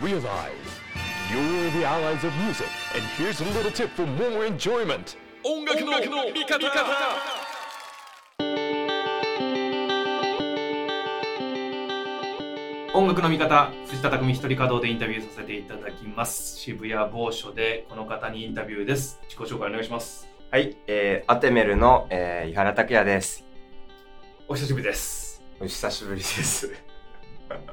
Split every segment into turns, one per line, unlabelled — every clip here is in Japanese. Realize you're the allies of music, and here's a little tip for more enjoyment.
音楽の味方
音楽の味方藤田匠一人稼働でインタビューさせていただきます渋谷某所でこの方にインタビューです自己紹介お願いします
はい、えー、アテメルの、えー、井原拓也です。
お久しぶりです
お久しぶりです。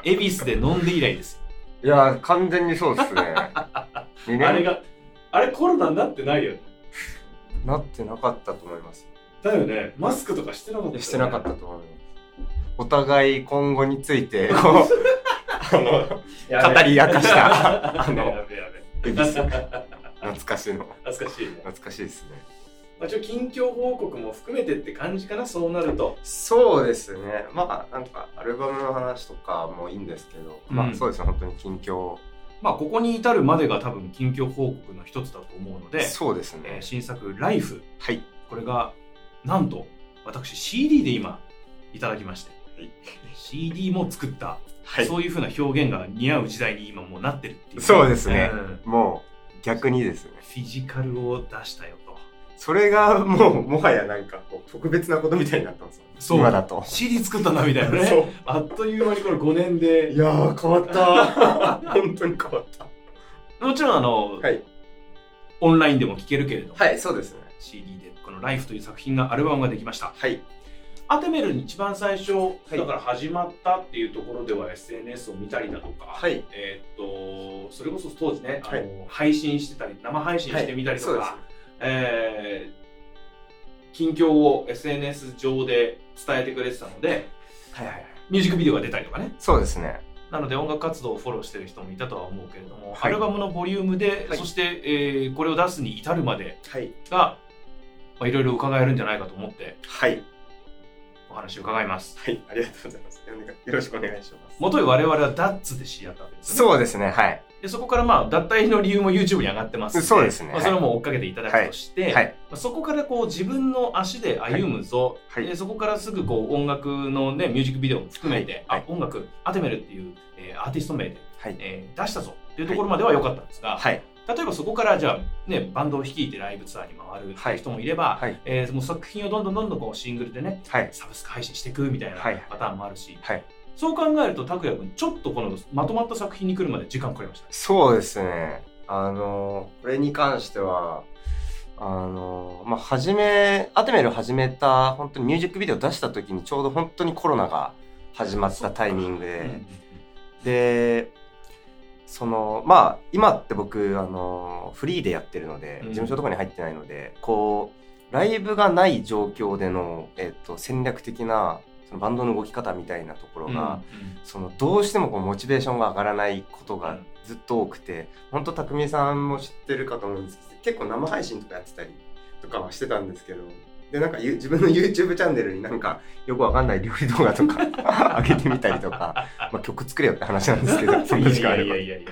恵比寿で飲んで以来です
いやー、完全にそうですね。2年
あれがあれコロナになってないよね
なってなかったと思います。
だよねマスクとかしてなかったよね
してなかったと思います。お互い今後につい て、こう、あの、
やべ
語り明かしたあの
やべやべ
恵比寿懐かしいの。
懐かしいね、
懐かしいですね。
まあ、ちょ近況報告も含めてって感じかなそうなると
そうですね。まあ、なんか、アルバムの話とかもいいんですけど、ま
う
あ、
ん
そうですね、本当に近況。
まあここに至るまでが多分近況報告の一つだと思うので、
そうです
えー
ね。
新作「ライフ
はい。
これがなんと私 CD で今いただきまして、CD も作った、
はい。
そういうふうな表現が似合う時代に今もうなってるっていう
そうですね
ん
もう、逆にですね。
フィジカルを出したよと
それがもうもはやなんかこう特別なことみたいになったんですよ
そう
今だと
CD 作ったんだみたいなね
そ
あっという間にこれ5年で
ういやー変わった 本当に変わった
もちろんあの、
はい
オンラインでも聴けるけれども、
はいそうですね
CD でこの「ライフという作品がアルバムができました
はい
アテメルに一番最初、
い
だから始まったっていうところでは SNS を見たりだとか、
はい
えーっとそれこそ当時ね、
はい
あの配信してたり生配信してみたりとか、
はい
えー近況を SNS 上で伝えてくれてたので
はいはいはい
ミュージックビデオが出たりとかね
そうですね
なので音楽活動をフォローしてる人もいたとは思うけれども、
はい
アルバムのボリュームで、
はい
そして、えーこれを出すに至るまで
はい
がまあいろいろ伺えるんじゃないかと思って
はい
お話を伺います。
はいありがとうございますお願いよろしくお願いします
元々我々はダッツで知り合ったわけですよね
そうですねはい
でそこからまあ脱退の理由も YouTube に上がってますん
そうですね
まあ、それも追っかけていただくとして、
はい
まあそこからこう自分の足で歩むぞ、
はいはい
でそこからすぐこう音楽の、ね、ミュージックビデオも含めて、
はいはい
あ音楽アテメルっていう、えーアーティスト名で、
はい
えー出したぞっていうところまでは良かったんですが、
はい
例えばそこからじゃあ、ね、バンドを率いてライブツアーに回る人もいれば、
はい
えーもう作品をどんどんどんどんこうシングルでね
はい
サブスク配信していくみたいな
はい
パターンもあるし、
はい
そう考えると拓也君ちょっとこのまとまった作品に来るまで時間かかりましたね
そうですね。あの、これに関しては、あの、まあ、始め、アテメル始めた、本当にミュージックビデオ出した時にちょうど本当にコロナが始まったタイミングで、で、その、まあ、今って僕、あの、フリーでやってるので、
うん
事務所とかに入ってないので、こう、ライブがない状況での、えっと、戦略的な、そのバンドの動き方みたいなところが、そのどうしてもこうモチベーションが上がらないことがずっと多くて、本当匠さんも知ってるかと思うんですけど結構生配信とかやってたりとかはしてたんですけどでなんかゆ自分の YouTube チャンネルになんかよくわかんない料理動画とか 上げてみたりとか、まあ、曲作れよって話なんですけ ど その時間あれば
いやいや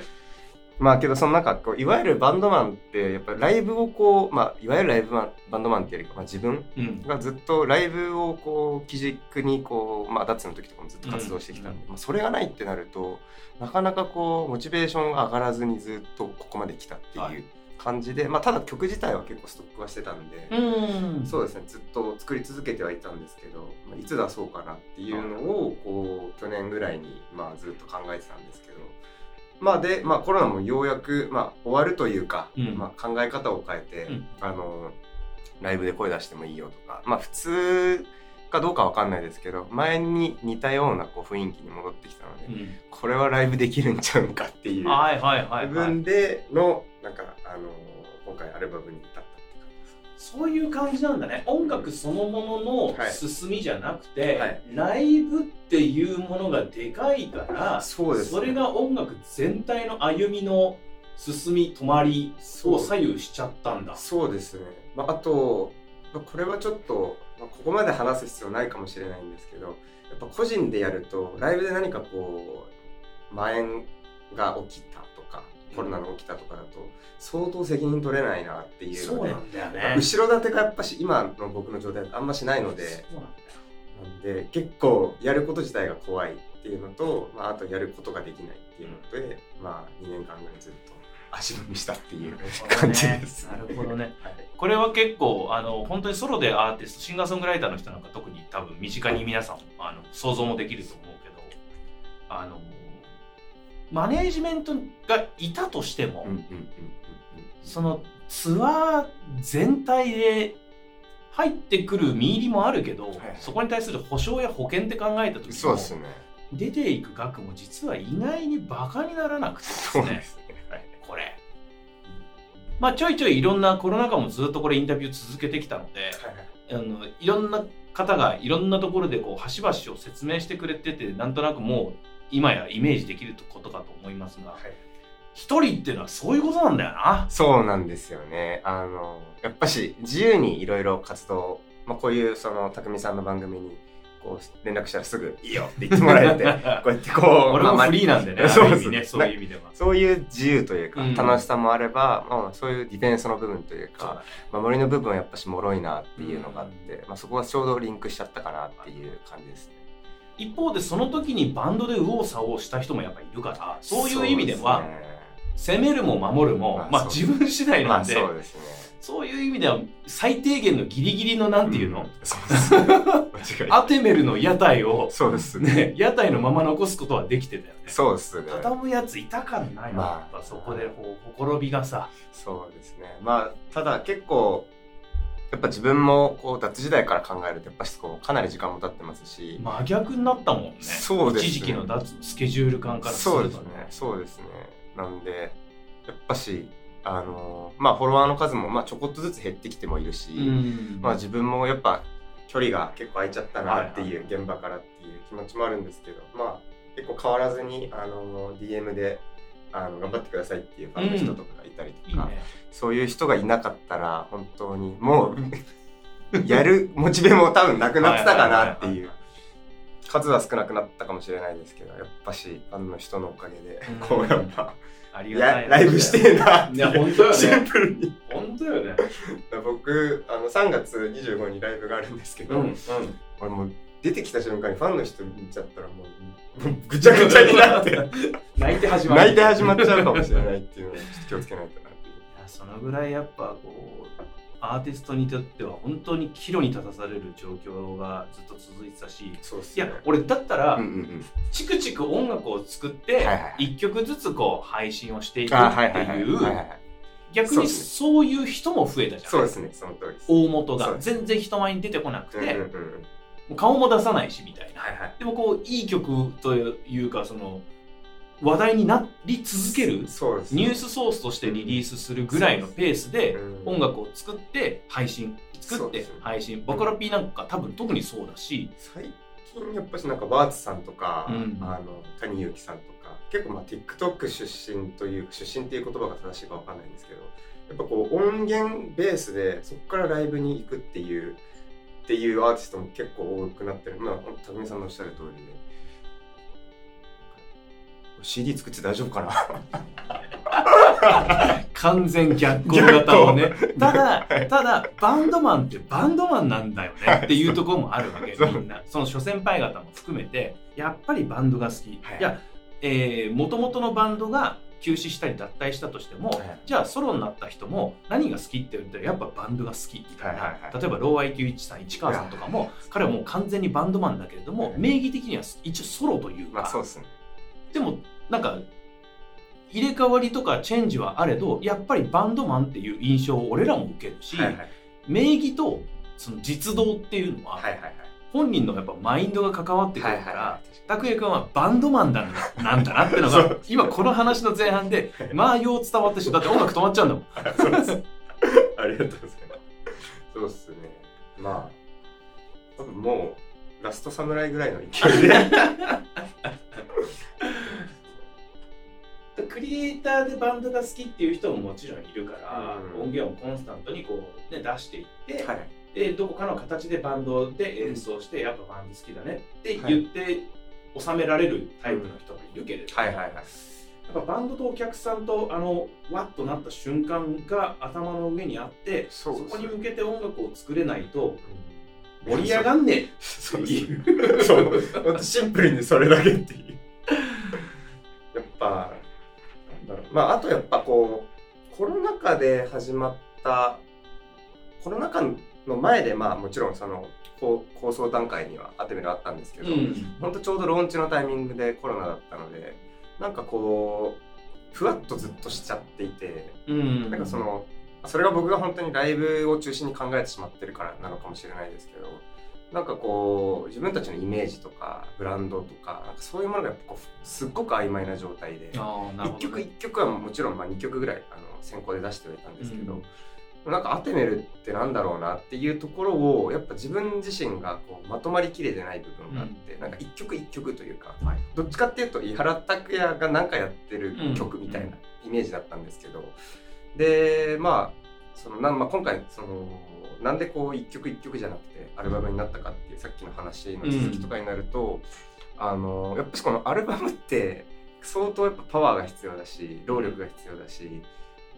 まあけどそのなんかこういわゆるバンドマンってやっぱライブをこう、まあ、いわゆるライブマンバンドマンっていうよりか、まあ、自分
うん
がずっとライブをこう基軸にこう、まあ、ダッツの時とかもずっと活動してきたんで、
うん
まあ、それがないってなるとなかなかこうモチベーションが上がらずにずっとここまで来たって
は
いう
い
感じで、まあ、ただ曲自体は結構ストックはしてたんで、
うん
そうですねずっと作り続けてはいたんですけど、まあ、いつ出そうかなっていうのをこう去年ぐらいに、まあ、ずっと考えてたんですけど。まあでまあ、コロナもようやく、まあ、終わるというか、
うん
まあ、考え方を変え
う
て、
ん
あのライブで声出してもいいよとかまあ普通かどうかわかんないですけど前に似たようなこう雰囲気に戻ってきたので、
うん
これはライブできるんちゃうんかっていう
はいはいはい
部
はい、
分でのなんかあの今回アルバムに至ったって感じです
そういう感じなんだね音楽そのものの
はい
進みじゃなくて、
はい
ライブっていうものがでかいから
そうですね
れが音楽全体の歩みの進み止まりを左右しちゃったんだ
そうですね、まあ、あとまあこれはちょっと、まあ、ここまで話す必要ないかもしれないんですけどやっぱ個人でやるとライブで何かこう蔓延が起きたとかコロナが起きたとかだと相当責任取れないなっていうの
そう
で
なんだよね
後ろ盾がやっぱし今の僕の状態あんましないので
そうなんだよ
なんで結構やること自体が怖いっていうのと、まあ、あとやることができないっていうので、まあ、2年間ぐらいずっと足踏みしたっていう感じです。
なるほどね。
はい
これは結構あの本当にソロでアーティストシンガーソングライターの人なんか特に多分身近に皆さんあの想像もできると思うけどあのマネージメントがいたとしても、
うんうんうんうんうん
そのツアー全体で入ってくる身入りもあるけど、
はい
そこに対する保証や保険って考えた時
そう
も
ですね。
出ていく額も実は意外にバカにならなくてです
そう
ね
ですね。はい
これ。まあちょいちょいいろんなコロナ禍もずっとこれインタビュー続けてきたので、あのいろんな方がいろんなところでこう端々を説明してくれててなんとなくもう今やイメージできることかと思いますが
はい
一人っていうのはそういうことなんだよな。
そうなんですよね。あの、やっぱし自由にいろいろ活動、まあ、こういうその、匠さんの番組に、こう、連絡したらすぐ、いいよって言っても らえて、こうやってこう、
俺も
まあ
フリーなんでね、
そう
あ
で
る意
す
味ね、そういう意味では。
そういう自由というか、
うん
楽しさもあれば、まあ、そういうディフェンスの部分という
そう
か、
だ
守りの部分はやっぱし脆いなっていうのがあって、
う
まあ、そこはちょうどリンクしちゃったかなっていう感じですね。
一方でその時にバンドで右往左往した人もやっぱいるからそういう意味では
そうすね
攻めるも守るも、
まあ
まあ、
そう
自分次第
ま
な
あ
んで、
そうですね。
そういう意味では最低限のギリギリのなんていうの、
んそう ですね。間違いない。
アテメルの屋台を、
そうです ね。
ね、屋台のまま残すことはできてたよね。
そうですね。
畳むやついたからなよ、
まあ
やっぱそこでこう、ほころびがさ、
そうですね。まあ、ただ結構、やっぱ自分もこう脱時代から考えるとやっぱしこうかなり時間も経ってますし、
真逆になったもんね。
そうですね
一時期の脱スケジュール感からすると
そうですね。そうですね。なんで、やっぱし、あのまあフォロワーの数もまあちょこっとずつ減ってきてもいるし、
うん。
まあ自分もやっぱ距離が結構空いちゃったなって
はい
いう、現場からっていう気持ちもあるんですけど、まあ結構変わらずに、あの DM で、あの頑張ってくださいっていうファンの人とかがいたりとか、
いいね。
そういう人がいなかったら、本当にもう、 やるモチベも多分なくなってたかなって
はいはい
い。
はいう
数は少なくなったかもしれないですけど、やっぱし、ファンの人のおかげで
うん、
こうやっぱ、
あ
い
りがたい
や、ライブし。てえなって
い
い
や、
う。
本当よ
シン
ね。
プルに。
本当よね。
僕、あの、3月25にライブがあるんですけ
うん、う
ど、
ん。
俺もう出てきた瞬間にファンの人見ちゃったらもう、もうぐちゃぐちゃに なって、
泣いて始まる。
泣いて始まっちゃうかもしれないっていうのをちょっと気をつけないとなっていう。
いやそのぐらいやっぱこうアーティストにとっては本当に岐路に立たされる状況がずっと続いてたしい
そうっすね。
や俺だったら
うんうんうん。
チクチク音楽を作っ
はい
て
はいはい
一曲ずつこう配信をしていく
あ、
って
はいはいはい。
い
はいは
う
い
逆にそういう人も増えたじゃ
そうんですね、その通りです。
大元
そう
が
です
全然人前に出てこなくて
うん
も
うんうん
う顔も出さないしみたいな
はいはい。
でもこういい曲というかその話題になり続ける
そうですね。
ニュースソースとしてリリースするぐらいのペースで
うん
音楽を作って配信作
そ
っ
うで
て
すね
配信ボカロ P なんか多分特にそうだし
最近やっぱしなんかバーツさんとか、
うん
あの谷祐希さんとか、結構まあ TikTok 出身という出身っていう言葉が正しいかわかんないんですけど、やっぱこう音源ベースでそこからライブに行くっていうっていうアーティストも結構多くなってる。まあ匠さんのおっしゃる通りで。CD 作って大丈夫かな
完全逆行型をねただ
はい
ただバンドマンってバンドマンなんだよねっていうところもあるわけ
そう
みんなその諸先輩方も含めてやっぱりバンドが好きい
はい
やえー元々のバンドが休止したり脱退したとしても、
はい
じゃあソロになった人も何が好きって言ったらやっぱバンドが好きみたいな、
はいはいはい
例えばローアイ q 1さん市川さんとかも彼はもう完全にバンドマンだけれども、
はい
名義的には一応ソロというか、
まあそうですね。
でもなんか入れ替わりとかチェンジはあれどやっぱりバンドマンっていう印象を俺らも受けるし、
はいはい
名義とその実動っていうのは
はいはいはい。
本人のやっぱマインドが関わってく
はい
る
はい
か
はい
ら拓也君はバンドマンだななんだなってのが今この話の前半でまあよう伝わってしまうだって音楽止まっちゃうんだもん
そうです。ありがとうございます。そうっすね。まあ、多分もう、ラストサムライぐらいの勢いで。
クリエイターでバンドが好きっていう人ももちろんいるから、
うん
音源をコンスタントにこう、ね、出していって、
はい。
でどこかの形でバンドで演奏して、やっぱバンド好きだねって言って収められるタイプの人もいるけれど、
はいはいはい。
やっぱバンドとお客さんとあのわっとなった瞬間が頭の上にあって
そうですね
こに向けて音楽を作れないと
盛り上がんねえ
そ
っ
う
て
そう
いう。
そうほんとシンプルにそれだけっていうやっぱなんだろうまああとやっぱこうコロナ禍で始まったコロナ禍の前でまあもちろんそのこう構想段階にはアテメルあったんですけど、
うん。
ほんとちょうどローンチのタイミングでコロナだったのでなんかこうふわっとずっとしちゃっていて
うん
なんかそのそれが僕が本当にライブを中心に考えてしまってるからなのかもしれないですけどなんかこう自分たちのイメージとかブランドとかなんかそういうものがやっぱこうすっごく曖昧な状態で
ああなる
1
ほど
曲
ね、
1曲はもちろんまあ2曲ぐらいあの先行で出してはいたんですけど、
うん
でもなんかアテメルってなんだろうなっていうところをやっぱ自分自身がこうまとまりきれてない部分があって、なんか1曲1曲というか、
はい
どっちかっていうと井原拓也が何かやってる曲みたい
うん
なイメージだったんですけど、でまあそのなんまあ、今回そのなんでこう一曲一曲じゃなくてアルバムになったかっていうさっきの話の続きとかになると、あのやっぱしこのアルバムって相当やっぱパワーが必要だし労力が必要だし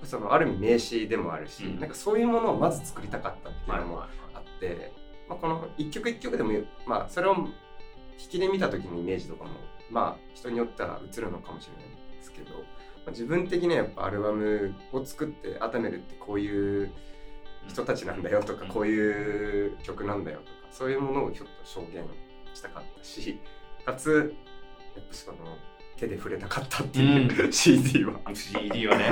そのある意味名詞でもあるし、
うん
なんかそういうものをまず作りたかったっていう
はい
のも
は
あって、まあ、この一曲一曲でも、まあ、それを引きで見た時のイメージとかもまあ人によっては映るのかもしれないですけど、まあ自分的にはやっぱアルバムを作ってアタメルってこういう人たちなんだよとか、
うん
こういう曲なんだよとかそういうものをちょっと証言したかったしかつやっぱその手で触れたかったっていう、CD は。
い CD はね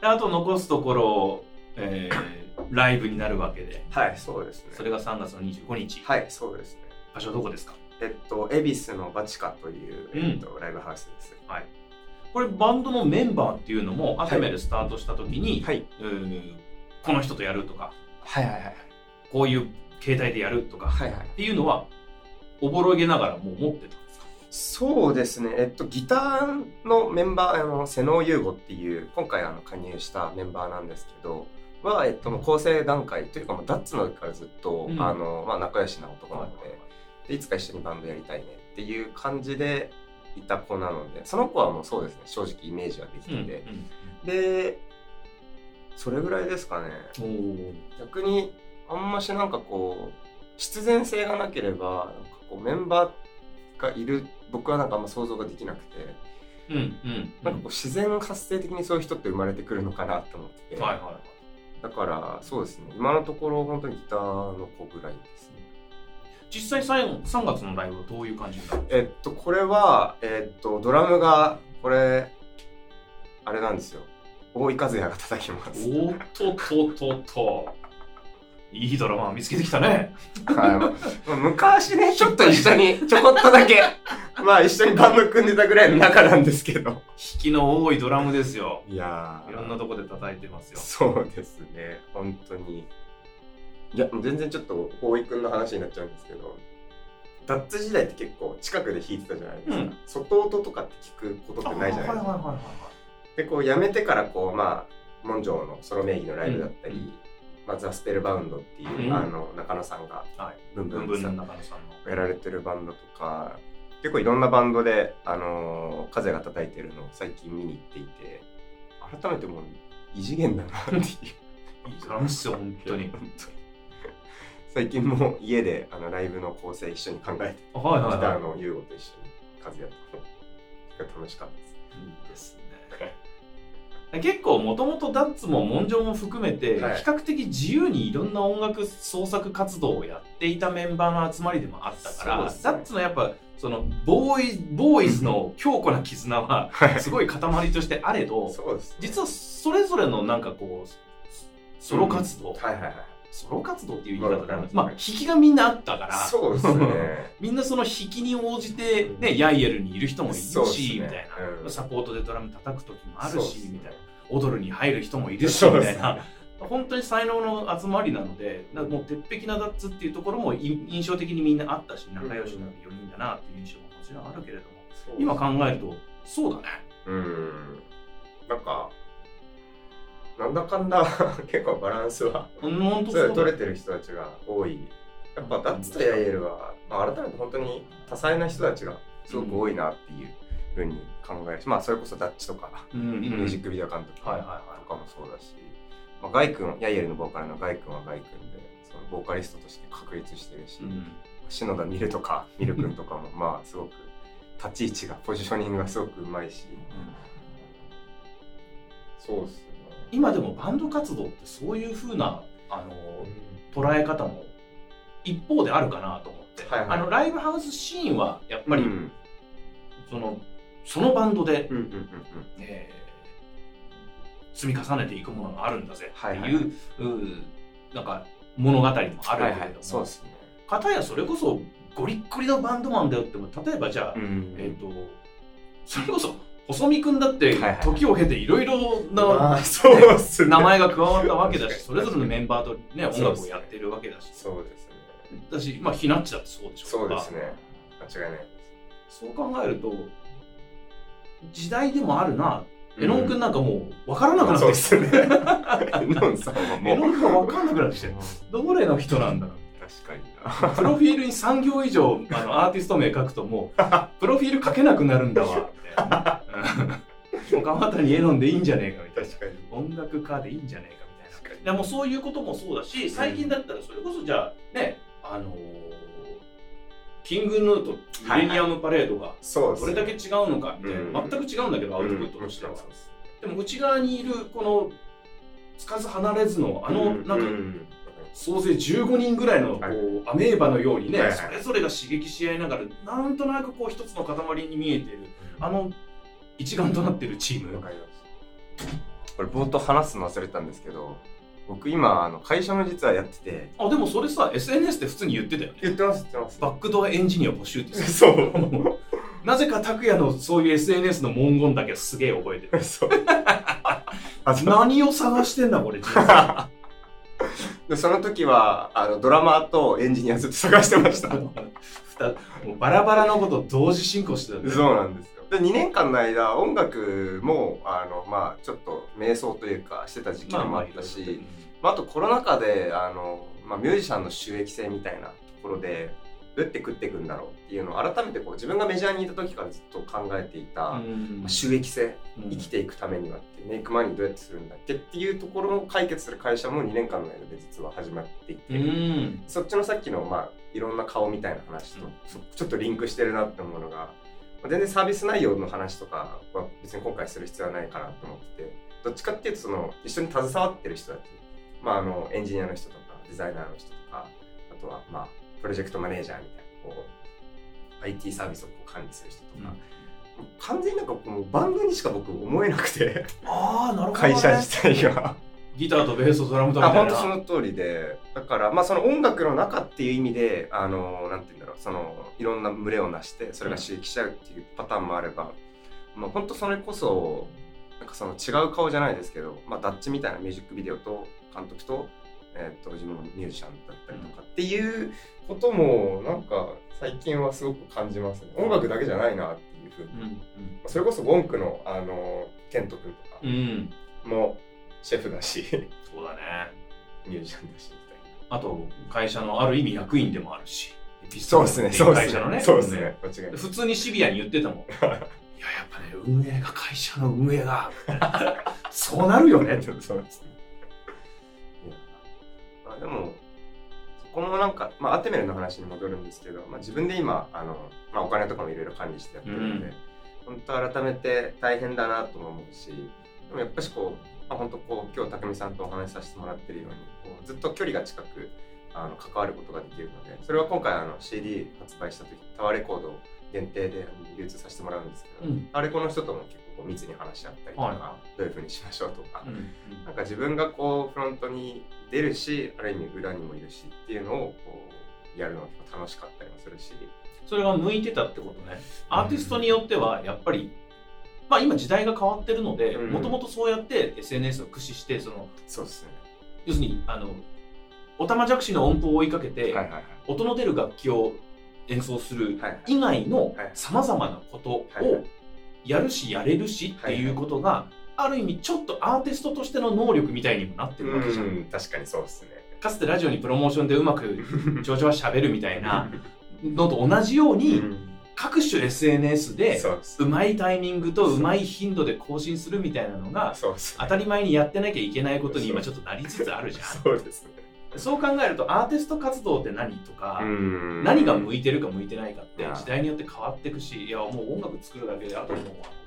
であと残すところ、えーライブになるわけで
はいそうですね
それが3月の25日、
はいそうですね
場所はどこですか
えっと恵比寿のバチカという、
うん
えっと、ライブハウスです、
これバンドのメンバーっていうのもアテメでスタートした時に、
はい、
うーこの人とやるとか
はいはいはい
こういう携帯でやるとかっ
はいはい
ていうのはおぼろげながらもう持ってたんですか
そうですね、えっと、ギターのメンバーあの瀬能優吾っていう今回あの加入したメンバーなんですけどは、えっと、もう構成段階というかもうダッツの時からずっと、
うん
あのまあ、仲良しな男なのででいつか一緒にバンドやりたいねっていう感じでいた子なのでその子はもうそうですね正直イメージはできてて、でそれぐらいですかね
うんうん
逆にあんましなんかこう必然性がなければなんかこうメンバーがいる僕はなんかあんま想像ができなくて
うんうんう
なんかこうん自然発生的にそういう人って生まれてくるのかなと思ってて、
はいはいはい
だからそうですね今のところ本当にギターの子ぐらいですね
実際最後3月のライブはどういう感じになる
えっとこれはえっとドラムがこれあれなんですよ大井和也が叩きます
おっとっとっとっといいドラマ見つけてきたね
はいまあ昔ねちょっと一緒にちょこっとだけまあ一緒にバンド組んでたぐらいの仲なんですけど
引きの多いドラムですよ
いやー
いろんなとこで叩いてますよ
そうですね本当にいや全然ちょっと大井くんの話になっちゃうんですけどダッツ時代って結構近くで弾いてたじゃないですか、
うん
外音とかって聞くことってないじゃないで
あは
すか
いはいはいはい
でこう辞めてからこうまあ文章のソロ名義のライブだったり、
うん
まあ、ザ・スペルバウンドっていう、
うん
あの中野さんが
はい
ブン
ブ
ブ
ン
ン
ブン
さ
の
ん
中野さんの
やられてるバンドとか結構いろんなバンドで、あのー風が叩いてるのを最近見に行っていて改めてもう異次元だなってい
い
う
いドラムっすよ本当に
本当に 最近も家であのライブの構成一緒に考えて
あはい
ギ
はい
ター
はい
の優吾と一緒に風やったのが楽しかったです
いいですね結構もともとダッツもモンジョも含めて比
はい
較的自由にいろんな音楽創作活動をやっていたメンバーの集まりでもあったから、
そうですね
ダッツのやっぱそのボーイボーイズの強固な絆はすごい塊としてあれど
そうですね、
実はそれぞれのなんかこうソロ活動、
はいはいはい
ソロ活動っていう言い方だな
まあ
まあ引きがみんなあったから
そう ですね
みんなその引きに応じて、ねヤイエルにいる人もいるし、
そうっすね
みたいな、
うん
サポートでドラム叩く時もある
そうっ
し、
すね
みたいな踊るに入る人もいるし
そう
み
で
た
す
い
ね
な、本当に才能の集まりなのでなんかもう鉄壁なダッツっていうところもい印象的にみんなあったし仲良しな4人だなっていう印象ももちろんあるけれども今考えるとそうだね
うんなんかなんだかんだ 結構バランスは
本当
そ
そううだ
取れてる人たちが多いやっぱダッツとヤイエルは、まあ、改めて本当に多彩な人たちがすごく多いなっていうふうに考えるし、まあそれこそダッチとか
うんうん、
ミュージックビデオ監督と
はいはい
か
はい
もそうだし、まあ、ガイ君ヤイエルのボーカルのガイ君はガイ君でそのボーカリストとして確立してるし、
うん
篠田美るとかミル君とかも まあすごく立ち位置がポジショニングがすごくうまいしそうっすね
今でもバンド活動ってそういう風なあの捉え方も一方であるかなと思って、
はいはい
あのライブハウスシーンはやっぱり、
うん
そのそのバンドで、
うんうんうんうん
えー積み重ねていくものがあるんだぜっていう,、
はいはいう
ーなんか物語もあるけれども、
はいはいそうっすね
かたやそれこそゴリッゴリのバンドマンだよっても例えばじゃあ、
うん
えっ、とそれこそ細見くんだって
はいはい
時を経ていろいろ
ま
な
あそうっすね
名前が加わったわけだしそ
確か
れ
に
ぞれのメンバーと、ね、
そうで
音
すね
楽をやってるわけだし
そうですね
だし、まあ、ひなっちだってそうでしょ
そうですね
とか
間違いないです
そう考えると時代でもあるなエノンくんなんかもう分からなくなって
そうで
き
すね。エノンさんは
てエノ
もう。
ンくんが分からなくなってきてどれの人なんだ ろう
確かに
プロフィールに3行以上あのアーティスト名書くともう プロフィール書けなくなるんだわみたいなうんもう川谷絵音でいいんじゃねえかみた
な。
いな
かに。
音楽家でいいんじゃねえかみたいな
確かに。
でもうそういうこともそうだし最近だったらそれこそじゃあねあのーキングヌーとミレニアムパレードが
そうです
ど
ね
れだけ違うのかみたいな、
うん
全く違うんだけどアウトプットとしては、
うんそうです
でも内側にいるこのつかず離れずのあのなんか、
う
総勢15人ぐらいのこう、
はい
アメーバのようにね、
はいはい
それぞれが刺激し合いながらなんとなくこう一つの塊に見えているあの一丸となっているチー
わ
ム
かりますこれ冒頭話すの忘れたんですけど、僕今あの会社も実はやってて。
あでもそれさ SNS で普通に言ってたよね
言ってます言って
バックドアエンジニア募集って
ま
さ
す。そう。
なぜか拓也のそういう SNS の文言だけはすげえ覚えてる
そう。あそう
何を探してんだこれ人生
でその時はあのドラマーとエンジニアずっと探して ました。
ふたもうバラバラのこと同時進行してたんだよ
そうなんですよ。で2年間の間音楽もあのまあちょっと瞑想というかしてた時期
まあま
もあ
あ
った
いろいろ
し、まあ、あとコロナ禍であの、まあ、ミュージシャンの収益性みたいなところでどうやって食っていくんだろうっていうのを改めてこう自分がメジャーにいた時からずっと考えていた、
う
ま
ん
あ収益性
うん
生きていくためにはってメイクマニーどうやってするんだっけっていうところを解決する会社も2年間の間で実は始まっていて、
うん
そっちのさっきの、まあ、いろんな顔みたいな話と、
うん
そちょっとリンクしてるなって思うのが、まあ全然サービス内容の話とかは別に今回する必要はないかなと思ってて、どっちかっていうとその、一緒に携わってる人たち、まあ、あのエンジニアの人とかデザイナーの人とか、あとは、まあ、プロジェクトマネージャーみたいな、こう、IT サービスをこう管理する人とか、もう完全になんかこうバンドにしか僕思えなくて、
ああなるほど、ね、
会社自体が。
ギターとベースとドラムとみ
あ
たい
本
な
当その通りでだからまあその音楽の中っていう意味であのなんて言うんだろうそのいろんな群れをなしてそれが刺激しちゃうっていうパターンもあれば、まあ本当それこそなんかその違う顔じゃないですけど、まあ、ダッチみたいなミュージックビデオと監督と,、えー、と自分のミュージシャンだったりとかっていうこともなんか最近はすごく感じますね音楽だけじゃないなっていうふうに、まあそれこそウォンクのあのケント君とか
うん、うんうん、
もシェフだし
そうだね
ミュージシャンだしみたいな。
あと会社のある意味役員でもあるし
そうですね、そうで
会
す
社の
ね。
ね
そうですね。間違いない。
普通にシビアに言ってた もんいややっぱね運営が会社の運営が そうなるよねって
そうですね。いやまあでも、そこもなんか、まあ、アテメルの話に戻るんですけど、まあ、自分で今、あの、まあ、お金とかもいろいろ管理してやってるんで、
うん
本当改めて大変だなとも思うし、でもやっぱしこう、まあ、本当こう、今日、匠さんとお話しさせてもらってるように、こうずっと距離が近く、あの関わることができるので、それは今回あの CD 発売した時、タワーレコード限定であの流通させてもらうんですけど、
うん
あれこの人とも結構こう密に話し合ったりとか、
は
どういうふうにしましょうとか、
うん
なんか自分がこうフロントに出るしある意味裏にもいるしっていうのをこうやるのが楽しかったりもするし
それが向いてたってことねアーティストによってはやっぱりまあ今時代が変わってるので
うん
もともとそうやって SNS を駆使してその
そうですね
要するにあのおたまじゃくしの音符を追いかけて、
はいはいはい
音の出る楽器を演奏する
はい
以外の
はい
さまざまなことを
はいはい
やるしやれるしっていうことがある意味ちょっとアーティストとしての能力みたいにもなってるわけじゃん、
うん確かにそうですね
かつてラジオにプロモーションでうまく上場はしゃべるみたいなのと同じように、
うん
各種 SNS で
そうです
うまいタイミングとうまい頻度で更新するみたいなのが
そうです
当たり前にやってなきゃいけないことに今ちょっとなりつつあるじゃん
そうですね
そう考えるとアーティスト活動って何とか、
うん
何が向いてるか向いてないかって
うん
時代によって変わっていくしいやもう音楽作るだけであとはもう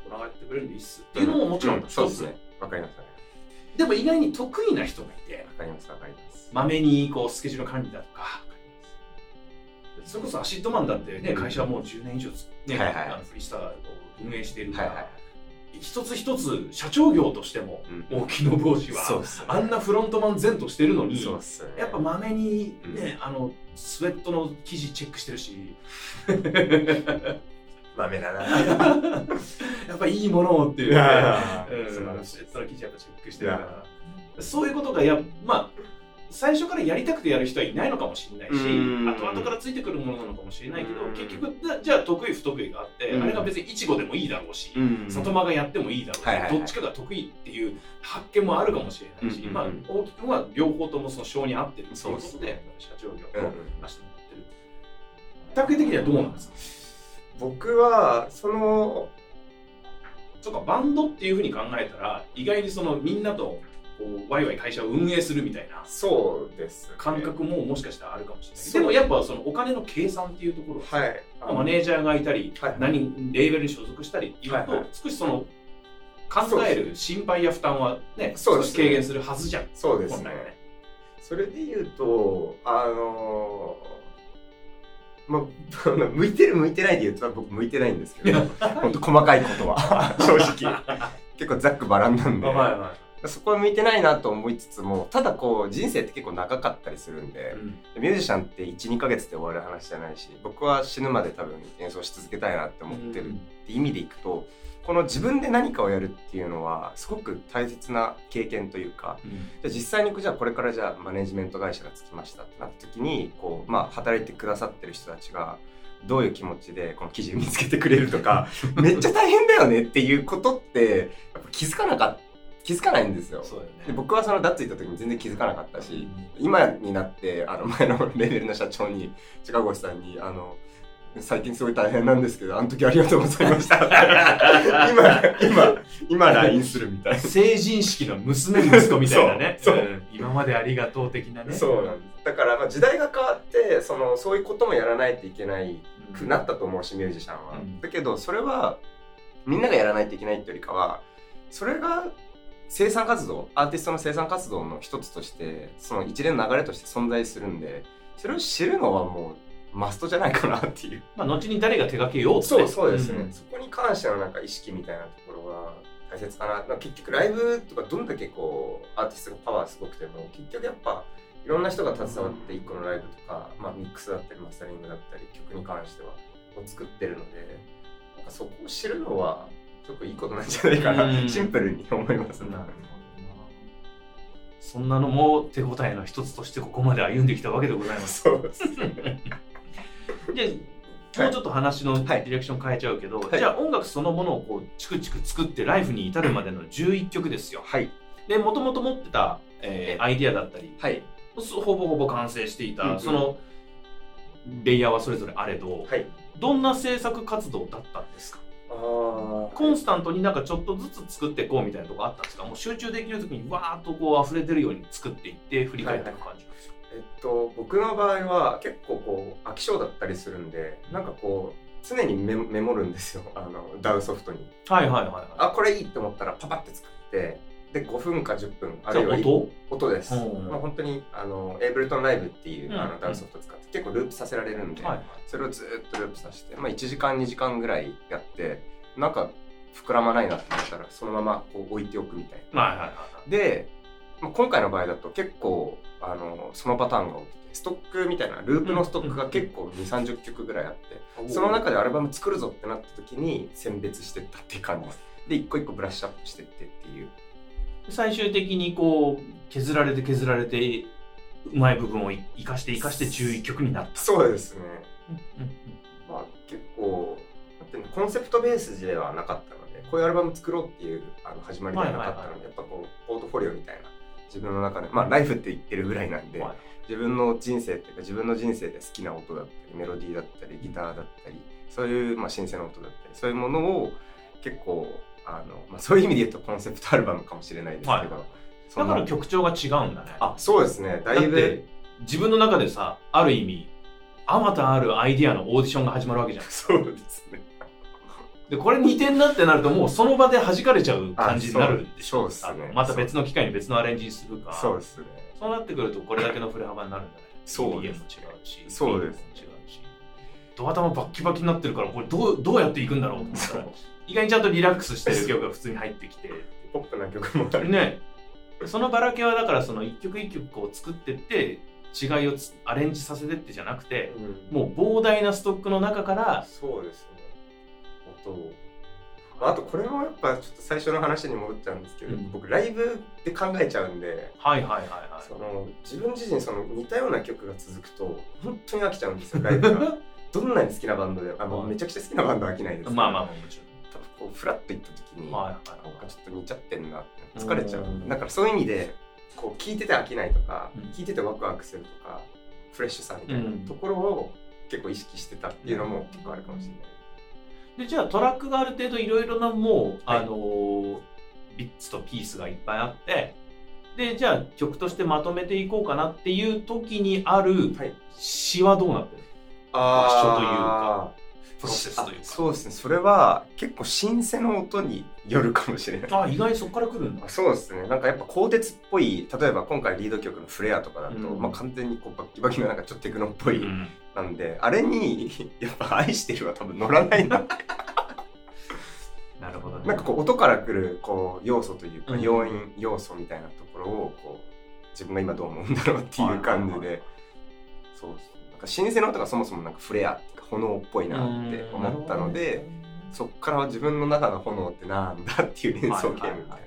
この流れてくれるんでいいっすっていうのももちろん
うそう
一
です
つ
ねわかりますわかり
でも意外に得意な人がいて
ますわかりますわかります
まめにこうスケジュール管理だとかそれこそアシッドマンだってね、
うん
会社はもう10年以上つ、ね
はいはい
あのフリースターを運営しているか
はい
ら、
はい
一つ一つ社長業としても
うん
大きな帽子
そう
は、
っすね
あんなフロントマン前としてるのに
そうっすね
やっぱまめにね、あのスウェットの生地チェックしてる しや
まめだな
っぱいいものをっていうね、うん、
素
スウ
晴
ェ
らしい
ットの生地やっぱチェックしてるからそういうことがやまあ最初からやりたくてやる人はいないのかもしれないし
うん
後々からついてくるものなのかもしれないけど
うん
結局なじゃあ得意不得意があって
うん
あれが別にいちごでもいいだろうし
うん
里間がやってもいいだろうし、
はいはいは
ど
い
っちかが得意っていう発見もあるかもしれないし、
うんうんうん
まあ、大きくは両方ともその性に合ってるっていう
そう
こ
で
と
す
で
ね
社長業
うんう
を
ん
出してもらってる。卓球的にはどうなんですか
僕はその
そうかバンドっていうふうに考えたら意外にそのみんなとこうワイワイ会社を運営するみたいな
そうです、ね、
感覚ももしかしたらあるかもしれない、
そう
でもやっぱそのお金の計算っていうところは、
はい
まあマネージャーがいたり、
はい
何レーベルに所属したりいると、
はいはい
少しその考える心配や負担はね
そ
少
うです
し
ね
軽減するはずじゃん
そうです
本来
ね
はね。
それで言うとあのまあ 向いてる向いてないで言うと僕向いてないんですけど本当細かいことは正 直結構ざっくばらんなんで、
はいは
そこは向いてないなと思いつつもただこう人生って結構長かったりするんで、ミュージシャンって12ヶ月で終わる話じゃないし僕は死ぬまで多分演奏し続けたいなって思ってるって意味でいくと、この自分で何かをやるっていうのはすごく大切な経験というかじゃあ実際にじゃあこれからじゃあマネジメント会社がつきましたってなった時にこう、まあ、働いてくださってる人たちがどういう気持ちでこの記事を見つけてくれるとかめっちゃ大変だよねっていうことってやっぱ気づかなかっ気づかないんですよ。
そうだよね
で僕はそのダッツ行った時に全然気づかなかったし、今になってあの 前のレベルの社長に近越さんにあの最近すごい大変なんですけどあの時ありがとうございました 今今今 LINE するみたい
成人式の娘息子みたいなね
そうそうん
今までありがとう的な
な、
ね
そうなんですだからまあ時代が変わってそのそういうこともやらないといけないくなったと思うしミュージシャンは、
うん
だけどそれはみんながやらないといけないっていうよりかはそれが生産活動アーティストの生産活動の一つとしてその一連の流れとして存在するんでそれを知るのはもうマストじゃないかなっていう
まあ後に誰が手掛けようって
そうそうですね、
ん
そこに関してのなんか意識みたいなところは大切かななんか結局ライブとかどんだけこうアーティストがパワーすごくても結局やっぱいろんな人が携わって一個のライブとか、まあ、ミックスだったりマスタリングだったり曲に関してはを作ってるのでなんかそこを知るのはすごくいいことなんじゃないかな、
うん
シンプルに思いますね。
なるほどなそんなのも手応えの一つとしてここまで歩んできたわけでございます
そうですね。
でもうちょっと話のディレクション変えちゃうけど、
はい
じゃあ音楽そのものをこうチクチク作ってライフに至るまでの11曲ですよ
はい。
でもともと持ってた、えーアイディアだったり
はい。
ほぼほぼ完成していた、
うんうん
そのレイヤーはそれぞれあれど、
はい。
どんな制作活動だったんですか
ああ
コンスタントになんかちょっとずつ作っていこうみたいなとこあったんですかもう集中できる時にわーっとこう溢れてるように作っていって振り返っていく感じなんですか、
えっと、僕の場合は結構こう飽き性だったりするんでなんかこう常にメモメモるんですよ あのダウソフトに
はい、はいはいはい
あこれいいと思ったらパパって作ってで5分か10分あ
じゃ
る
あ
いは
音
音です、
うん
まあ、本当にあのエイブルトンライブっていう、
うん
あのダウソフト使って結構ループさせられるんで、
はい
それをずーっとループさせて、まあ、1時間2時間ぐらいやってなんか膨らまないなと思ったらそのままこう置いておくみたいな
はいはいはい
で、まあ今回の場合だと結構あのそのパターンが多くてストックみたいなループのストックが結構2 3 0曲ぐらいあって
はい
その中でアルバム作るぞってなった時に選別してったっていう感じですで一個一個ブラッシュアップしてってっていう
最終的にこう削られて削られてうまい部分を生かして生かして11曲になった、
そうですね
うんうん
まあ結構なんていうのコンセプトベースではなかったのでこういうアルバム作ろうっていうあの始まりではなかったので、
はいはいはい
やっぱこうポートフォリオみたいな自分の中でまあライフって言ってるぐらいなんで、
はい
自分の人生っていうか自分の人生で好きな音だったりメロディーだったりギターだったりそういう、まあ、シンセの音だったりそういうものを結構あの、まあ、そういう意味で言うとコンセプトアルバムかもしれないですけど、
はい
そ
だ
んな
から曲調が違うんだね。
あそうですねだい
だっ
ぶ
て自分の中でさ、ある意味、あまたあるアイディアのオーディションが始まるわけじゃん。
そうですね
で、これ似てんなってなると、もうその場で弾かれちゃう感じになるでしょ。
あそうそうっすね
あのまた別の機会に別のアレンジにするか。
そうですね
そうなってくると、これだけの振れ幅になるんだね。
そうで
BPM
す
も違うし、
そうです
ビートも違うし。ドア玉バッキバキになってるから、これどうどうやっていくんだろうと思ったら、意外にちゃんとリラックスしてる曲が普通に入ってきて。
ポップな曲もある
ねそのばらけはだからその一曲一曲こう作ってって違いをつアレンジさせてってじゃなくて
うん
もう膨大なストックの中から
そうですね音をまああとこれもやっぱちょっと最初の話に戻っちゃうんですけど、
うん
僕ライブで考えちゃうんで
はいはいはいはい
その自分自身その似たような曲が続くと本当に飽きちゃうんですよライブ がどんなに好きなバンドであもうめちゃくちゃ好きなバンドは飽きないですけど
まあまあもち
多分こうフラッと行った時
ろ
に、
んはい
な
は
ん
い
かちょっと似ちゃってんなって疲れちゃう
うん
だからそういう意味でこう聞いてて飽きないとか、
うん
聞いててワクワクするとかフレッシュさみたいな
うん
ところを結構意識してたっていうのも結構あるかもしれない、
でじゃあトラックがある程度いろいろなもう、
はい
あのービッツとピースがいっぱいあってでじゃあ曲としてまとめていこうかなっていう時にある
はい
詩はどうなってる
あー
プロセスという
あ
か
そうですねそれは結構シンセの音によるかもしれない
あ意外にそこから来るんだ
あそうですねなんかやっぱ鋼鉄っぽい例えば今回リード曲の「フレア」とかだと、
うん
まあ、完全にこうバッキバキのなんかちょっとテクノっぽ
う
い、
ん
なんであれにやっぱ「愛してる」は多分乗らないな
なるほどね
なんかこう音からくるこう要素というか
うん
要因、要素みたいなところをこう自分が今どう思うんだろうっていう感じ
はいはいは
でそうそうなんか新鮮な音がそもそもなんかフレアっていうか炎っぽいなって思ったのでそっから自分の中の炎ってなんだっていう
うん
連想ゲームみた
はい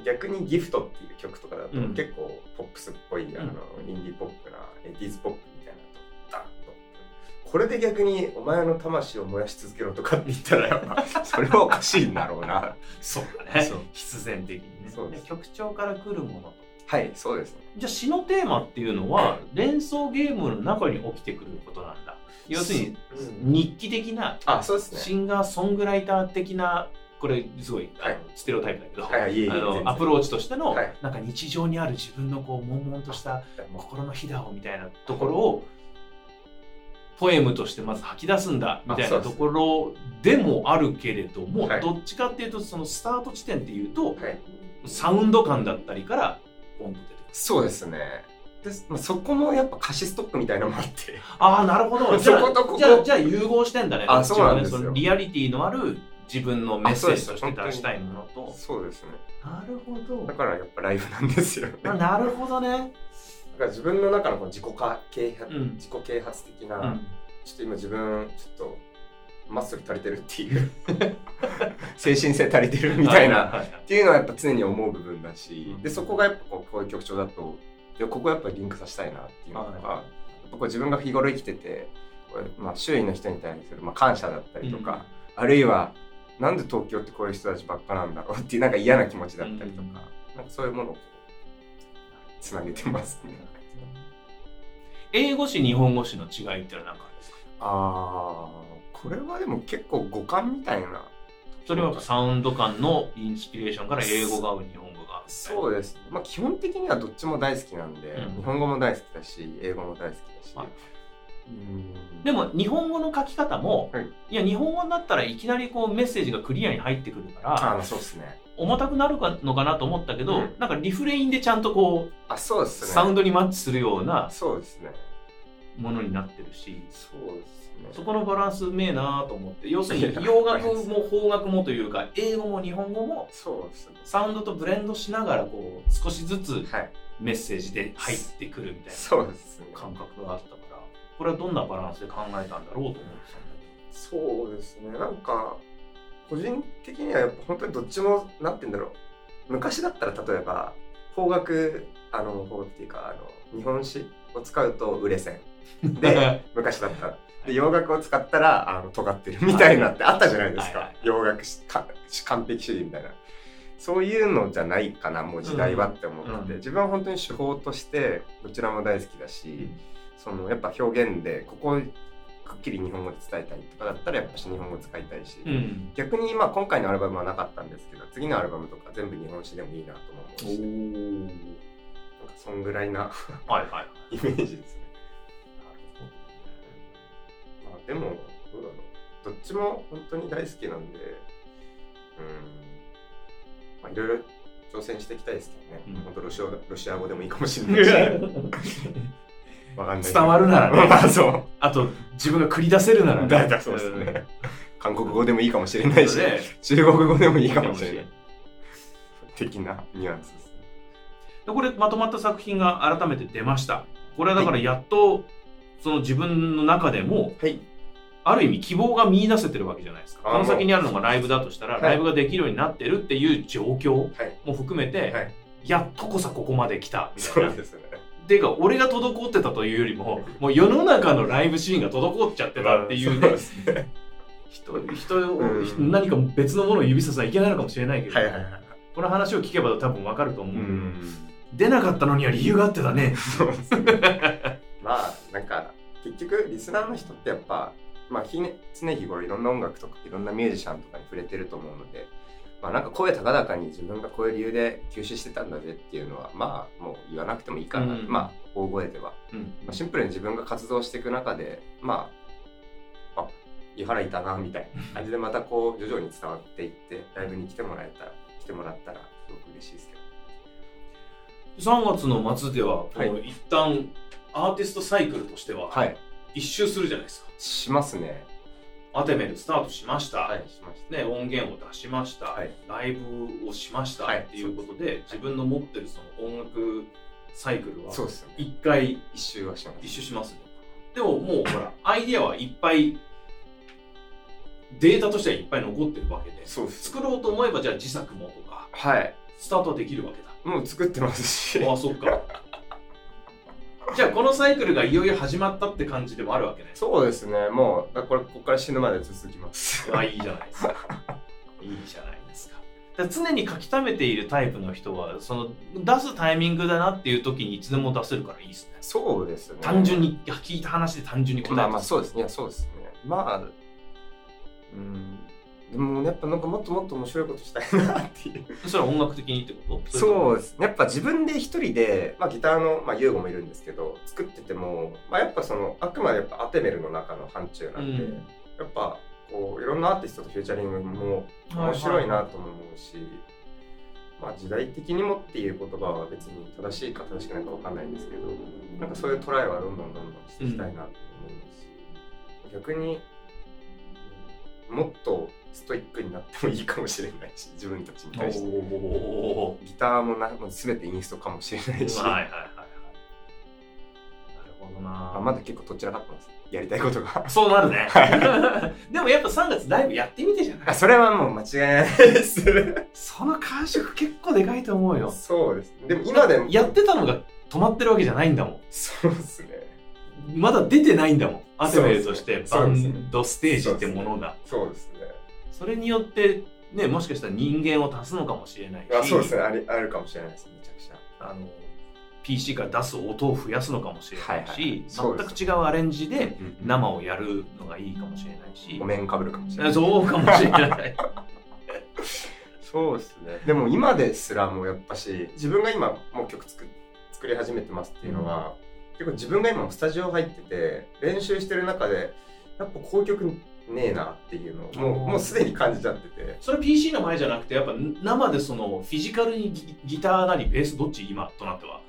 い
な逆に「ギフトっていう曲とかだと
うん
結構ポップスっぽい、あの
うん
インディーポップなエディーズポップみたいなとダンと。これで逆にお前の魂を燃やし続けろとかって言ったらやっ ぱそれはおかしいんだろうな
そうだね
そう
必然的にね
そうです
曲調から来るもの
はい、そうですね。
じゃあ詩のテーマっていうのは連想ゲームの中に起きてくることなんだ要するに
うん
日記的な
あ、そうです
シ
ね。
ンガーソングライター的なこれすごいあの
はい
ステレオタイプだけど、
はいはい、いえいえ
あ
全
の
然
アプローチとしての
はい
なんか日常にある自分のこう悶々とした
も
心のひだをみたいなところをポエムとしてまず吐き出すんだみたい
そう
な
です
ところでもあるけれども、
はい
どっちかっていうとそのスタート地点っていうと
うはい、
サウンド感だったりからポンと出てくる
そうですね。で、まあ、そこもやっぱ歌詞ストックみたいなのもあって、
ああなるほ どじゃあ
そことここ
じゃあじゃあ融合してんだね
あ
どっちもね
そうなんですよ
のリアリティのある自分のメッセージとして出したいものと
そうですね。
なるほ
だ
ど
からやっぱライブなんですよね。だ
あな
か
るほどね
ら自分の中のこう自己化啓発、
うん
自己啓発的な、
うん
ちょっと今自分ちょっとマッスル足りてるっていう 精神性足りてるみたいな
ははは
っていうのはやっぱ常に思う部分だし、
うん
でそこがやっぱこうこういう曲調だといやここやっぱりリンクさせたいなっていうのが、や
は
っぱこう自分が日頃生きてて、こうまあ、周囲の人に対する、まあ、感謝だったりとか、あるいはなんで東京ってこういう人たちばっかなんだろうっていうなんか嫌な気持ちだったりと
う
か,、
ん
なんかそういうものをつなげてますね。
英語詞日本語詞の違いっていうのは何かあるんですか
あーこれはでも結構五感みたいな
それはやっぱサウンド感のインスピレーションから英語が合う日本語が合う
そう
で
です、まあ、基本的にはどっちも大好きなんで、
うん
日本語も大好きだし英語も大好きだし、
はい
うん
でも日本語の書き方も、
はい
い、や日本語になったらいきなりこうメッセージがクリアに入ってくるから
あそうですね
重たくなるかのかなと思ったけど、
うん
なんかリフレインでちゃんとこう
あそうですね
サウンドにマッチするような
そうですね
ものになってるし
そうですね
そこのバランスうめえなと思って要する
いや
に洋楽も邦楽もというか英語も日本語も
そうですね
サウンドとブレンドしながらこう少しずつ
はい
メッセージで入ってくるみたいな
そうですね
感覚があったからこれはどんなバランスで考えたんだろうと思ってたんだ
そうですねなんか個人的にはやっぱ本当にどっちもなんて言うんだろう昔だったら例えば邦楽あの邦楽っていうかあの日本史を使うと売れ線
けど
で昔だったらで洋楽を使ったらあの尖ってるみたいなってあったじゃないですか、
はいはい
洋楽しか完璧主義みたいなそういうのじゃないかなもう時代はって思って
う
て、
んうん
自分は本当に手法としてどちらも大好きだし、そのやっぱ表現でここくっきり日本語で伝えたりとかだったらやっぱし日本語使いたいし、
うん
逆にまあ今回のアルバムはなかったんですけど次のアルバムとか全部日本史でもいいなとも思うしなんかそんぐらいな
はい はい
イメージですね。まあでもどうだろうどっちも本当に大好きなんでうんまあいろいろ挑戦していきたいですけどね、
うん
本当ロシアロシア語でもいいかもしれ ないしわかんないけど
伝わるならね
まあそう
あと自分が繰り出せるなら
だいたいそうですね韓国語でもいいかもしれないし、
ね
中国語でも いいかもしれない。的なニュアンスですね。
でこれまとまった作品が改めて出ましたこれはだからやっと、その自分の中でも
はい。
ある意味希望が見出せてるわけじゃないですか
あー
この先にあるのがライブだとしたら、
はい
ライブができるようになってるっていう状況
はい。
も含めて、
はい。
やっとこさここまで来たみた
そ
いな
うですね。
ていうか俺が滞ってたというよりももう世の中のライブシーンが滞っちゃってたっていう
そう
ね
ですね。
人人を、
うん
何か別のものを指ささいけないのかもしれないけど、
はいはいはい。
この話を聞けば多分わかると思う、
うん。
出なかったのには理由があってだね
そうですね。 まあ、なんか、結局、リスナーの人ってやっぱ、まあ、日ね常日頃いろんな音楽とかいろんなミュージシャンとかに触れてると思うので、まあなんか声高々に自分がこういう理由で休止してたんだぜっていうのは、まあもう言わなくてもいいかな、
うん
まあ大声では。
うん
まあ、シンプルに自分が活動していく中でまああ井原いたなみたいな感じでまたこう徐々に伝わっていってライブに来てもらえたら来てもらったらすごく嬉しいですけど
3月の末では、
はい
この一旦アーティストサイクルとしては、
はい
一周するじゃないですか
しますね
アテメルスタートしました、
はいしました
ね、音源を出しました、
はい
ライブをしました、
はい
っていうことで自分の持ってるその音楽サイクルは
そうですよね
一回
一周はします
一周しますねでももうほらアイディアはいっぱいデータとしてはいっぱい残ってるわけで
そうです
作ろうと思えばじゃあ自作もとか
はい
スタートはできるわけだ
もう作ってますし
ああそっかじゃあこのサイクルがいよいよ始まったって感じでもあるわけね
そうですねもうだからこれここから死ぬまで続き ます
あいいじゃないです かいいじゃないですかだから常に書き溜めているタイプの人はその出すタイミングだなっていう時にいつでも出せるからいいですね
そうですね
単純にいや聞いた話で単純に答
ま
え
あまあ
ます
そうですね、いやそうですね。まあ、うん、でもやっぱなんかもっともっと面白いことしたいなっていう。
それは音楽的にってこと
そう
う
ですね。やっぱ自分で一人で、まあギターの、まあユーゴもいるんですけど、作ってても、まあやっぱその、あくまでやっぱアテメルの中の範疇なんで、
うん
やっぱこう、いろんなアーティストとフューチャリングも面白いなとも思うし、まあ時代的にもっていう言葉は別に正しいか正しくないかわかんないんですけど、なんかそういうトライはどんどんどんどんしていきたいなと思いますし、逆にうんもっとストイックになってもいいかもしれないし自分たちに対して
お
ギターもなもう全てインストかもしれないし、
ーはいはいはいはいなるほどな
あまだ結構どちらかってますやりたいこと が
そうなるね でもやっぱ3月ライブやってみてじゃな
あ
い
それはもう間違いないです
その感触結構でかいと思うよ
そうですねでも今でも
やってたのが止まってるわけじゃないんだもん
そうですね
まだ出てないんだもんアテメルとして
そ
バ
うですね
ンドステージってものが
そうですね
それによってねもしかしたら人間を足すのかもしれない
あ
し
そうですねありあるかもしれないですめちゃくちゃ
あの PC が出す音を増やすのかもしれない
はいはい
し
そうです
全く違うアレンジで
生
生をやるのがいいかもしれないし
お面かぶるかもしれない
あそうかもしれない
そうですね。でも今ですらもうやっぱし、自分が今もう曲作作り始めてますっていうのは、結構自分が今もスタジオ入ってて、練習してる中で、やっぱこういう曲ねえなっていうのをも
あー
う、もうすでに感じちゃってて。
それ PC の前じゃなくてやっぱ生でそのフィジカルにギギターなりベースどっち今となっては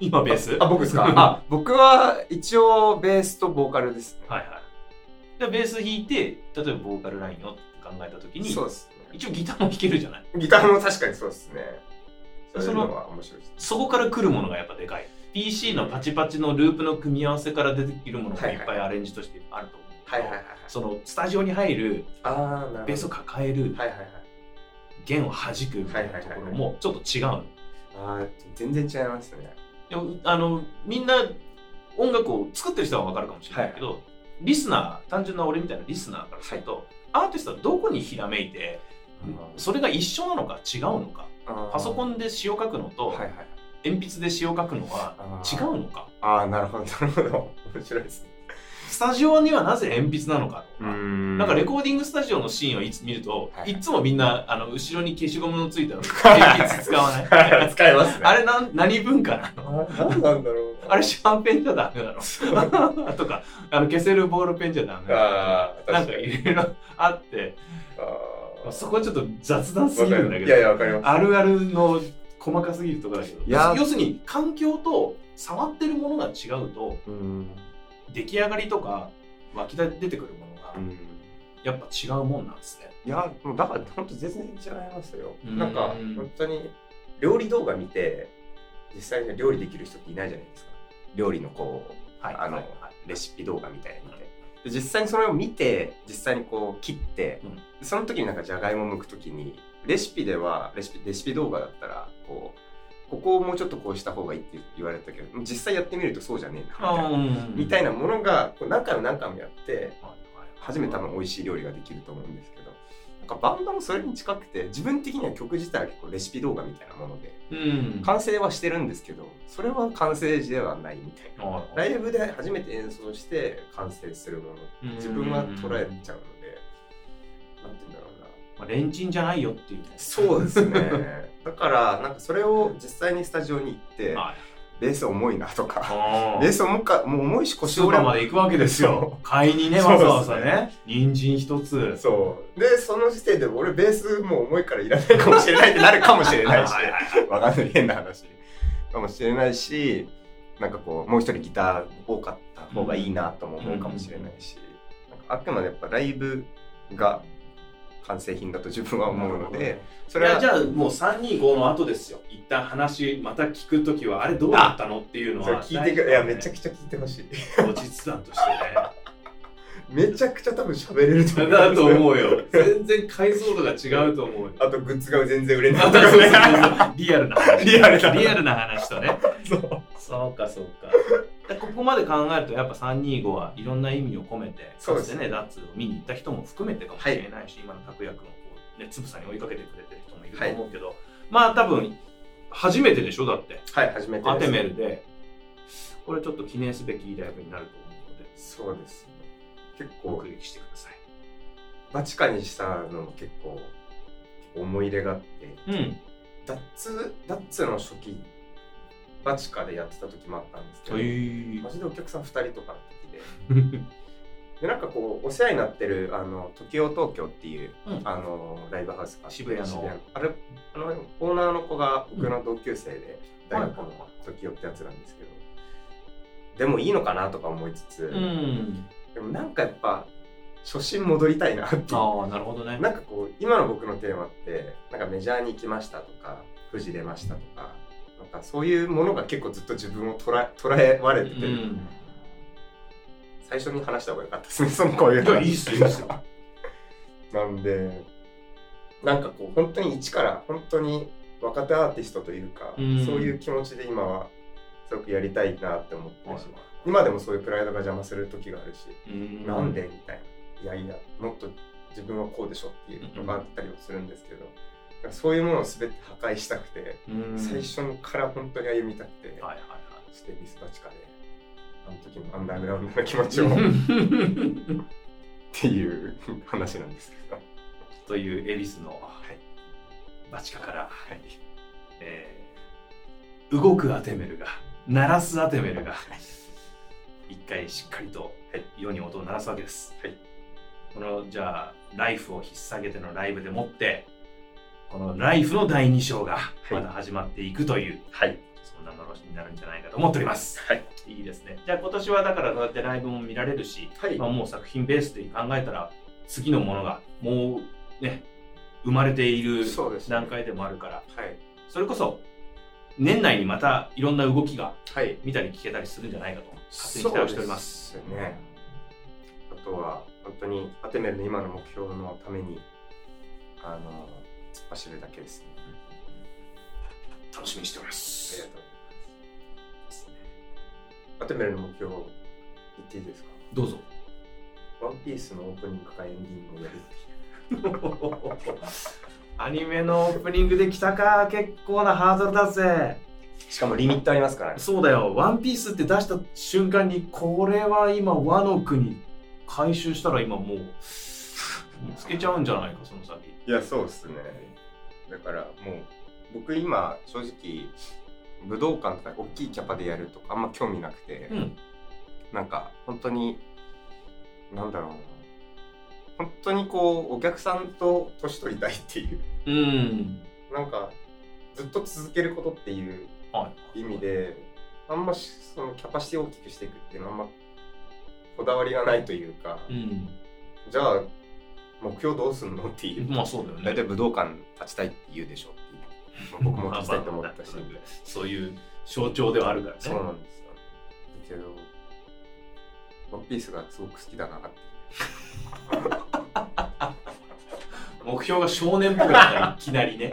今ベース
あ、僕です かあ、僕は一応ベースとボーカルです、ね。
はいはい。で、ベース弾いて、例えばボーカルラインをって考えたときに、
そうですね。
一応ギターも弾けるじゃない
ギターも確かにそうですね。そういうのは面白いです。
そこから来るものがやっぱでかい。PC のパチパチのループの組み合わせから出てくるものがいっぱいアレンジとしてあると思う。
はいはいはいはい。
そのスタジオに入る、
あー、なるほど。
ベースを抱える、
はいはいはい。
弦を弾くみたいなところもちょっと違うの。
あー、全然違いますね。
でもあのみんな音楽を作ってる人は分かるかもしれないけど、リスナー単純な俺みたいなリスナーからすると、アーティストはどこにひらめいて、それが一緒なのか違うのかパ
パ
ソコンで詩を書くのと、
はいはい。
鉛筆で詩を書くのは違うのか
ああ、なるほど、なるほど。面白いですね。
スタジオにはなぜ鉛筆なのかとか、
ん
なんかレコーディングスタジオのシーンをいつ見ると、、
はいい
つもみんなあの後ろに消しゴムのついたの鉛筆使わない
使えますね。
あれなん何文化なの
何なんだろう。
あれシャンペンじゃダメだろとかあの消 せるボールペンじゃダメだ
ああ、
ろなん
確
か
かに。
いろいろあって
あー
そこはちょっと雑談す
わ
ぎ
か
るんだ
るい
けど
やいや、わかります。
あるあるの細かすぎるところだけど
いや
要するに環境と触ってるものが違うと
うん。
出来上がりとか湧き出てくるものが
うん。
やっぱ違うもんなんですね。
いや、もうだから本当全然違いますよ。
うん
なんか本当に料理動画見て実際に料理できる人っていないじゃないですか。料理のこう
はい、
あの
はいはい
レシピ動画みたいなのでで実際にそれを見て実際にこう切って、
うん
でその時になんかじゃがいも剥く時にレシピではレシピレシピ動画だったらこうここをもうちょっとこうした方がいいって言われたけど実際やってみるとそうじゃねえなみたいな,、
うん
みたいなものがこう何回も何回もやって初めて多分
い
美味しい料理ができると思うんですけどなんかバンドもそれに近くて自分的には曲自体は結構レシピ動画みたいなもので
うん
完成はしてるんですけどそれは完成ではないみたいな。
は
ラ
い
イブで初めて演奏して完成するも
うん
の自分は捉えちゃうのでなんて言うんだろうな
まあ、レンチンじゃないよっていうね
そうですね だからなんかそれを実際にスタジオに行って
はい
ベース重いなとか
あ
ベース重かもう重いし腰
スーパーま
い
で行くわけですよ買いにね
そう
わ
です
ざ
ね
わざね人参一つ
そうでその時点で俺ベースもう重いからいらないかもしれないってなるかもしれないし
はいはい
わかんない変な話かもしれないしなんかこうもう一人ギター多かった方がいいなとも思うかもしれないし、なんかあくまでやっぱライブが完成品だと自分は思うのでそ
い
れ
や
は
じゃあもう325の後ですよ一旦話また聞くときはあれどうだったのっていうの
それ
は
聞いてくいやめちゃくちゃ聞いてほしい
後日談としてね
めちゃくちゃ多分喋れると思う
だと思うよ全然解像度が違うと思うよ
あとグッズが全然売れない
あそ
と
う
か
そうそう
ね
そうリアルな話
リアルな
リアルな話とね
そう
そうかそうかだここまで考えるとやっぱ325はいろんな意味を込めて
そう
か
で
つ
す
てねダッツを見に行った人も含めてかもしれないし、今の拓也君をこうねつぶさに追いかけてくれてる人もいると思うけど、まあ多分初めてでしょだって
はい初めてです
アテメルでこれちょっと記念すべきライブになると思うので
そうです結構
目撃してください
バチカにしたのも結構思い入れがあって
うん
ダッツダッツの初期バチカでやってた時もあったんですけど、
という
マジでお客さん2人とかの時ででなんかこうお世話になってるあの時オ東京っていう、
うん
あのライブハウスがあって
渋谷の
あれあのオーナーの子が僕の同級生で、大学の時オってやつなんですけど、でもいいのかなとか思いつつ、
うん
でもなんかやっぱ初心戻りたいなっていう
ああなるほどね
なんかこう今の僕のテーマってなんかメジャーに行きましたとか富士出ましたとかなんかそういうものが結構ずっと自分を捉え捉えられてて、
うん
最初に話した方が良かったですねそのこういう
いやいいっすよいいっすよ
なんでなんかこう本当に一から本当に若手アーティストというか、
うん
そういう気持ちで今はすごくやりたいなって思ってるし、
う
今でもそういうプライドが邪魔する時があるし、
ん
なんでみたいな。いやいや、もっと自分はこうでしょっていうのがあったりもするんですけど、なんかそういうものを全て破壊したくて、
うん
最初から本当に歩みたくて、
はいはいはい
そしてビスバチカで、あの時のアンダーグラウンドの気持ちをっ
うん
ていう話なんですけど。
という恵比寿の
はい。
バチカから、
はい。
えー動くアテメルが鳴らすアテメルが一回しっかりと世に音を鳴らすわけです、
はい
このじゃあライフを引っ提げてのライブでもってこのライフの第2章が
い
まだ始まっていくという、
はい。
そんなのろしになるんじゃないかと思っております
はい。
いいですねじゃあ今年はだからそうやってライブも見られるし
はい
まあ、もう作品ベースで考えたら次のものがもうね生まれている
そうですね
段階でもあるから
はい。
それこそ年内にまたいろんな動きが
はい。
見たり聞けたりするんじゃないかと勝手に期待をしております
そうですね。あとは、本当にアテメルの今の目標のために、あの、突っ走るだけですね。
楽しみにしております
ありがとうございます。アテメルの目標を言っていいですか
ど うぞ
ワンピースのオープニングかエンディングをやるっていう。
アニメのオープニングできたか結構なハードルだぜ
しかもリミットありますからね。
そうだよ、ワンピースって出した瞬間に、これは今、和の国回収したら今もう、見つけちゃうんじゃないか、その先。
いや、そうですね。だからもう、僕今、正直、武道館とか大きいキャパでやるとかあんま興味なくて、
うん。
なんか本当に、なんだろうな。本当にこう、お客さんと年取りたいっていう。
うん。
なんか、ずっと続けることっていう
はい。
意味。で、あんましそのキャパシティを大きくしていくっていうのはあんまこだわりがないというか、
うん。
じゃあ目標どうすんのっていう。
まあそうだよね。
大体武道館立ちたいって言うでしょ っていう。まあ僕も立ちたいと思ったし。
そういう象徴ではあるからね。
そうなんですよ。だけど、ワンピースがすごく好きだなって。
目標が少年っぽくなったいきなりね。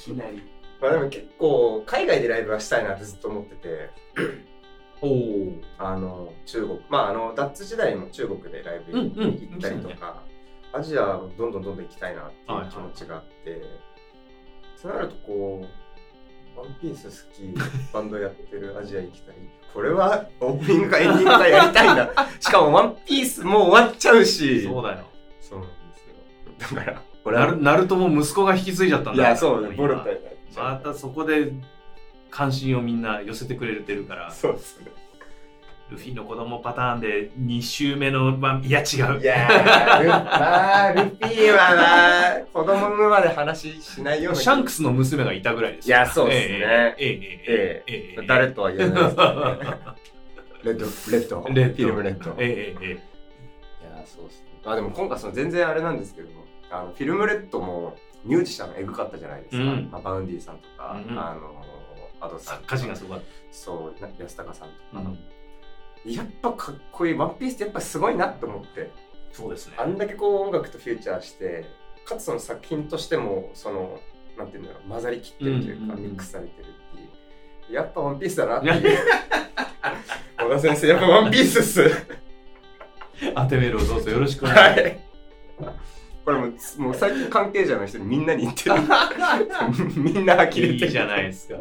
いきなり。
まあでも結構海外でライブはしたいなってずっと思ってて、
おお。
あの中国まああのダッツ時代も中国でライブ
うんうん
行ったりとか、アジアどんどんどんどん行きたいなってい
はいは
う
い
気持ちがあって、そうなるとこう「ワンピース好きバンドやってるアジア行きたいこれはオープニングかエンディングかやりたい んだしかも「ワンピースもう終わっちゃうし
そうだよ。
そうなんですよだからこれ
ナルナルトも息子が引き継いじゃったん
い
だ
やそうね
今
ボルタになっちゃう
またそこで関心をみんな寄せてくれてるから、
そうですね
ルフィの子供パターンで2週目の番、いや違う。
いやール,、まあ、ルフィはな子供のまで話しないような気
シ
が
ャンクスの娘がいたぐらいです
いやそうです
ええええ
ね
ええええ
誰とは言えないですけどねレッド、レッド、
レッド
フィルムレッド。
ええ
い
えええ
や、そうっすね。あ、でも今回その全然あれなんですけども、あのフィルムレッドもミュージシャンがエグかったじゃないですか。
うん
まあ、バウンディさんとか、
うんうん
あの、アド
え
さ
作
んとか
家陣がすごかっ
そう、な安高さんと
た、
か、やっぱかっこいい、ワンピースってやっぱすごいなって思って、
そうですね
あんだけこう音楽とフューチャーして、かつその作品としても、その、なんていうんだろう、混ざりきってるというか、
うんうんうん
ミックスされてるっていう。やっぱワンピースだなっていう。 小田先生、やっぱワンピースっす。
当てメールをどうぞよろしくお願いし ます
はい。これもうつもう最近関係者の人にみんなに 言ってる。みんな呆れてる
いいじゃないですか。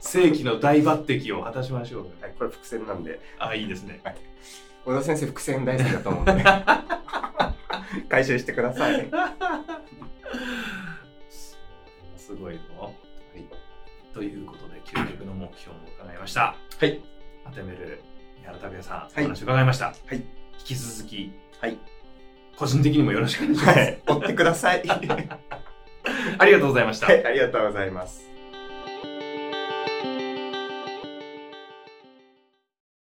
世紀の大抜擢を果たしましょう。
はい、これ伏線なんで、
あ、いいですね。
小田先生伏線大好きだと思うん で、回収してください。
すごいぞ。はい。ということで、究極の目標も伺いました。
はい。
当てめる矢野拓也さん、
い
お話伺いました。はい引き続き、
はい。
個人的にもよろしくお願いします。
はい、追ってください。は
ありがとうございました。
い、ありがとうございます。